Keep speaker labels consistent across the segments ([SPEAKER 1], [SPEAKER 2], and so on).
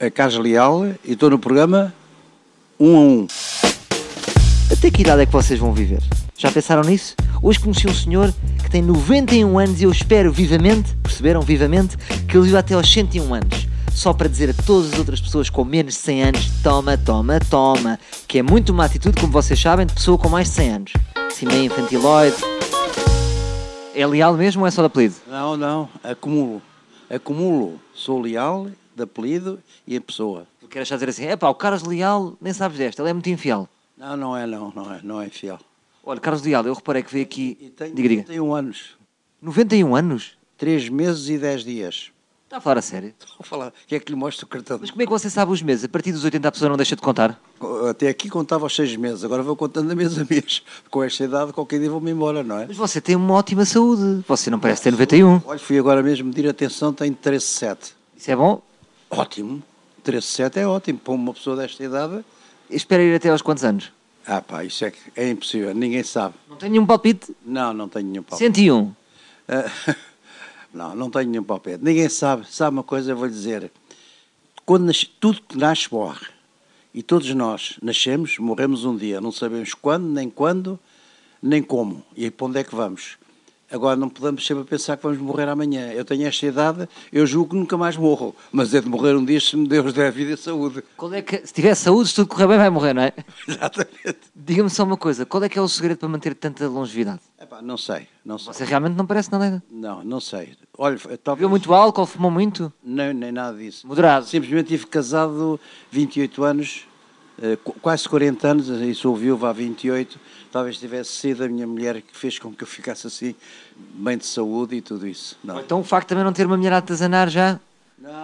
[SPEAKER 1] a Carlos Leal e estou no programa um a um.
[SPEAKER 2] Até que idade é que vocês vão viver? Já pensaram nisso? Hoje conheci um senhor que tem 91 anos e eu espero vivamente, perceberam vivamente, que ele vive até aos 101 anos. Só para dizer a todas as outras pessoas com menos de 100 anos, toma, toma, toma. Que é muito uma atitude, como vocês sabem, de pessoa com mais de 100 anos. Assim meio infantiloide. É leal mesmo ou é só de apelido?
[SPEAKER 1] Não, não, acumulo. Acumulo. Sou leal de apelido e em pessoa.
[SPEAKER 2] Porque era já dizer assim, epá, o Carlos Leal, nem sabes desta, ele é muito infiel.
[SPEAKER 1] Não, não é, não, não é, não é fiel.
[SPEAKER 2] Olha, Carlos Leal, eu reparei que veio aqui,
[SPEAKER 1] E tenho
[SPEAKER 2] diga, diga,
[SPEAKER 1] 31 anos,
[SPEAKER 2] 91 anos?
[SPEAKER 1] 3 meses e 10 dias.
[SPEAKER 2] Está a falar a sério?
[SPEAKER 1] Vou falar, o que é que lhe mostro o cartão?
[SPEAKER 2] Mas como é que você sabe os meses? A partir dos 80 a pessoa não deixa de contar?
[SPEAKER 1] Até aqui contava aos 6 meses, agora vou contando a mês a mês. Com esta idade, qualquer dia vou-me embora, não é?
[SPEAKER 2] Mas você tem uma ótima saúde, você não parece ter 91.
[SPEAKER 1] Olha, fui agora mesmo medir a tensão, tenho 13,7.
[SPEAKER 2] Isso é bom?
[SPEAKER 1] Ótimo. 13,7 é ótimo para uma pessoa desta idade.
[SPEAKER 2] Espera ir até aos quantos anos?
[SPEAKER 1] Ah pá, isso é, que é impossível, ninguém sabe.
[SPEAKER 2] Não tenho nenhum palpite?
[SPEAKER 1] Não, não tenho nenhum palpite.
[SPEAKER 2] 101.
[SPEAKER 1] Ah, não, não tenho nenhum palpite. Ninguém sabe. Sabe uma coisa, eu vou lhe dizer. Quando nasce- tudo que nasce morre. E todos nós nascemos, morremos um dia. Não sabemos quando, nem quando, nem como. E para onde é que vamos? Agora não podemos sempre pensar que vamos morrer amanhã. Eu tenho esta idade, eu julgo que nunca mais morro. Mas é de morrer um dia se me Deus der vida e saúde.
[SPEAKER 2] Qual é que, se tiver saúde, se tudo correr bem, vai morrer, não é?
[SPEAKER 1] Exatamente.
[SPEAKER 2] Diga-me só uma coisa, qual é que é o segredo para manter tanta longevidade?
[SPEAKER 1] Epá, não sei, não sei.
[SPEAKER 2] Você realmente não parece nada ainda.
[SPEAKER 1] Não, não sei. Olha,
[SPEAKER 2] Bebeu
[SPEAKER 1] talvez
[SPEAKER 2] muito álcool, fumou muito?
[SPEAKER 1] nem, nem nada disso.
[SPEAKER 2] Moderado.
[SPEAKER 1] Simplesmente tive casado 28 anos, eh, qu- quase 40 anos, e sou viúva há 28. Talvez tivesse sido a minha mulher que fez com que eu ficasse assim, bem de saúde e tudo isso. Não. tá-
[SPEAKER 2] Ou Então o facto de também não ter uma mulher a atazanar já,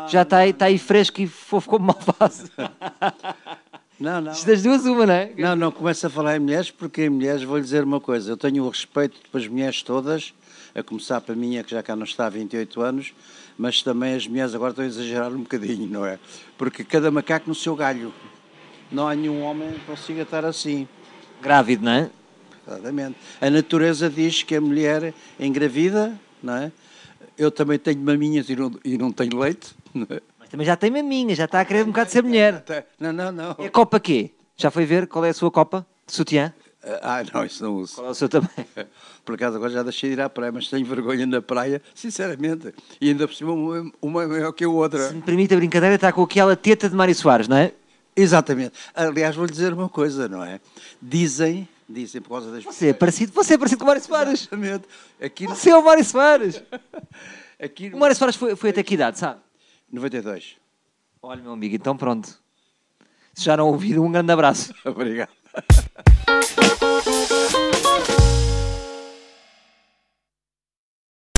[SPEAKER 2] já está aí, está aí fresco e fofo como malvado.
[SPEAKER 1] Não, não.
[SPEAKER 2] Isto das duas, uma, não é?
[SPEAKER 1] Não, não começo a falar em mulheres, porque em mulheres vou lhe dizer uma coisa: eu tenho o respeito para as mulheres todas, a começar para mim, que já cá não está há 28 anos, mas também as mulheres agora estão a exagerar um bocadinho, não é? Porque cada macaco no seu galho. Não há nenhum homem que consiga estar assim.
[SPEAKER 2] Grávido, não é?
[SPEAKER 1] Exatamente. A natureza diz que a mulher engravida, não é? Eu também tenho maminhas e não, e não tenho leite. Não, é?
[SPEAKER 2] Mas também já tem maminha, já está a querer um bocado ser mulher.
[SPEAKER 1] Tá- não, não. não.
[SPEAKER 2] E a copa quê? Já foi ver qual é a sua copa? De sutiã?
[SPEAKER 1] Ah, não, isso não uso.
[SPEAKER 2] Qual é o seu também?
[SPEAKER 1] Por acaso agora já deixei de ir à praia, mas tenho vergonha na praia, sinceramente. E ainda por cima uma- uma é maior que a
[SPEAKER 2] Se
[SPEAKER 1] outra.
[SPEAKER 2] me permite a brincadeira, está com aquela teta de Mário Soares, não é?
[SPEAKER 1] Exatamente. Aliás, vou-lhe dizer uma coisa, não é? Dizem, dizem por causa das...
[SPEAKER 2] Você é parecido, você é parecido com o Mário Soares.
[SPEAKER 1] Exatamente. Aqui,
[SPEAKER 2] Você é o Mário Soares.
[SPEAKER 1] aqui...
[SPEAKER 2] O Mário Soares foi, foi até que idade, sabe?
[SPEAKER 1] 92.
[SPEAKER 2] Olha, meu amigo, então pronto. Se já não ouviram, um grande abraço.
[SPEAKER 1] Obrigado.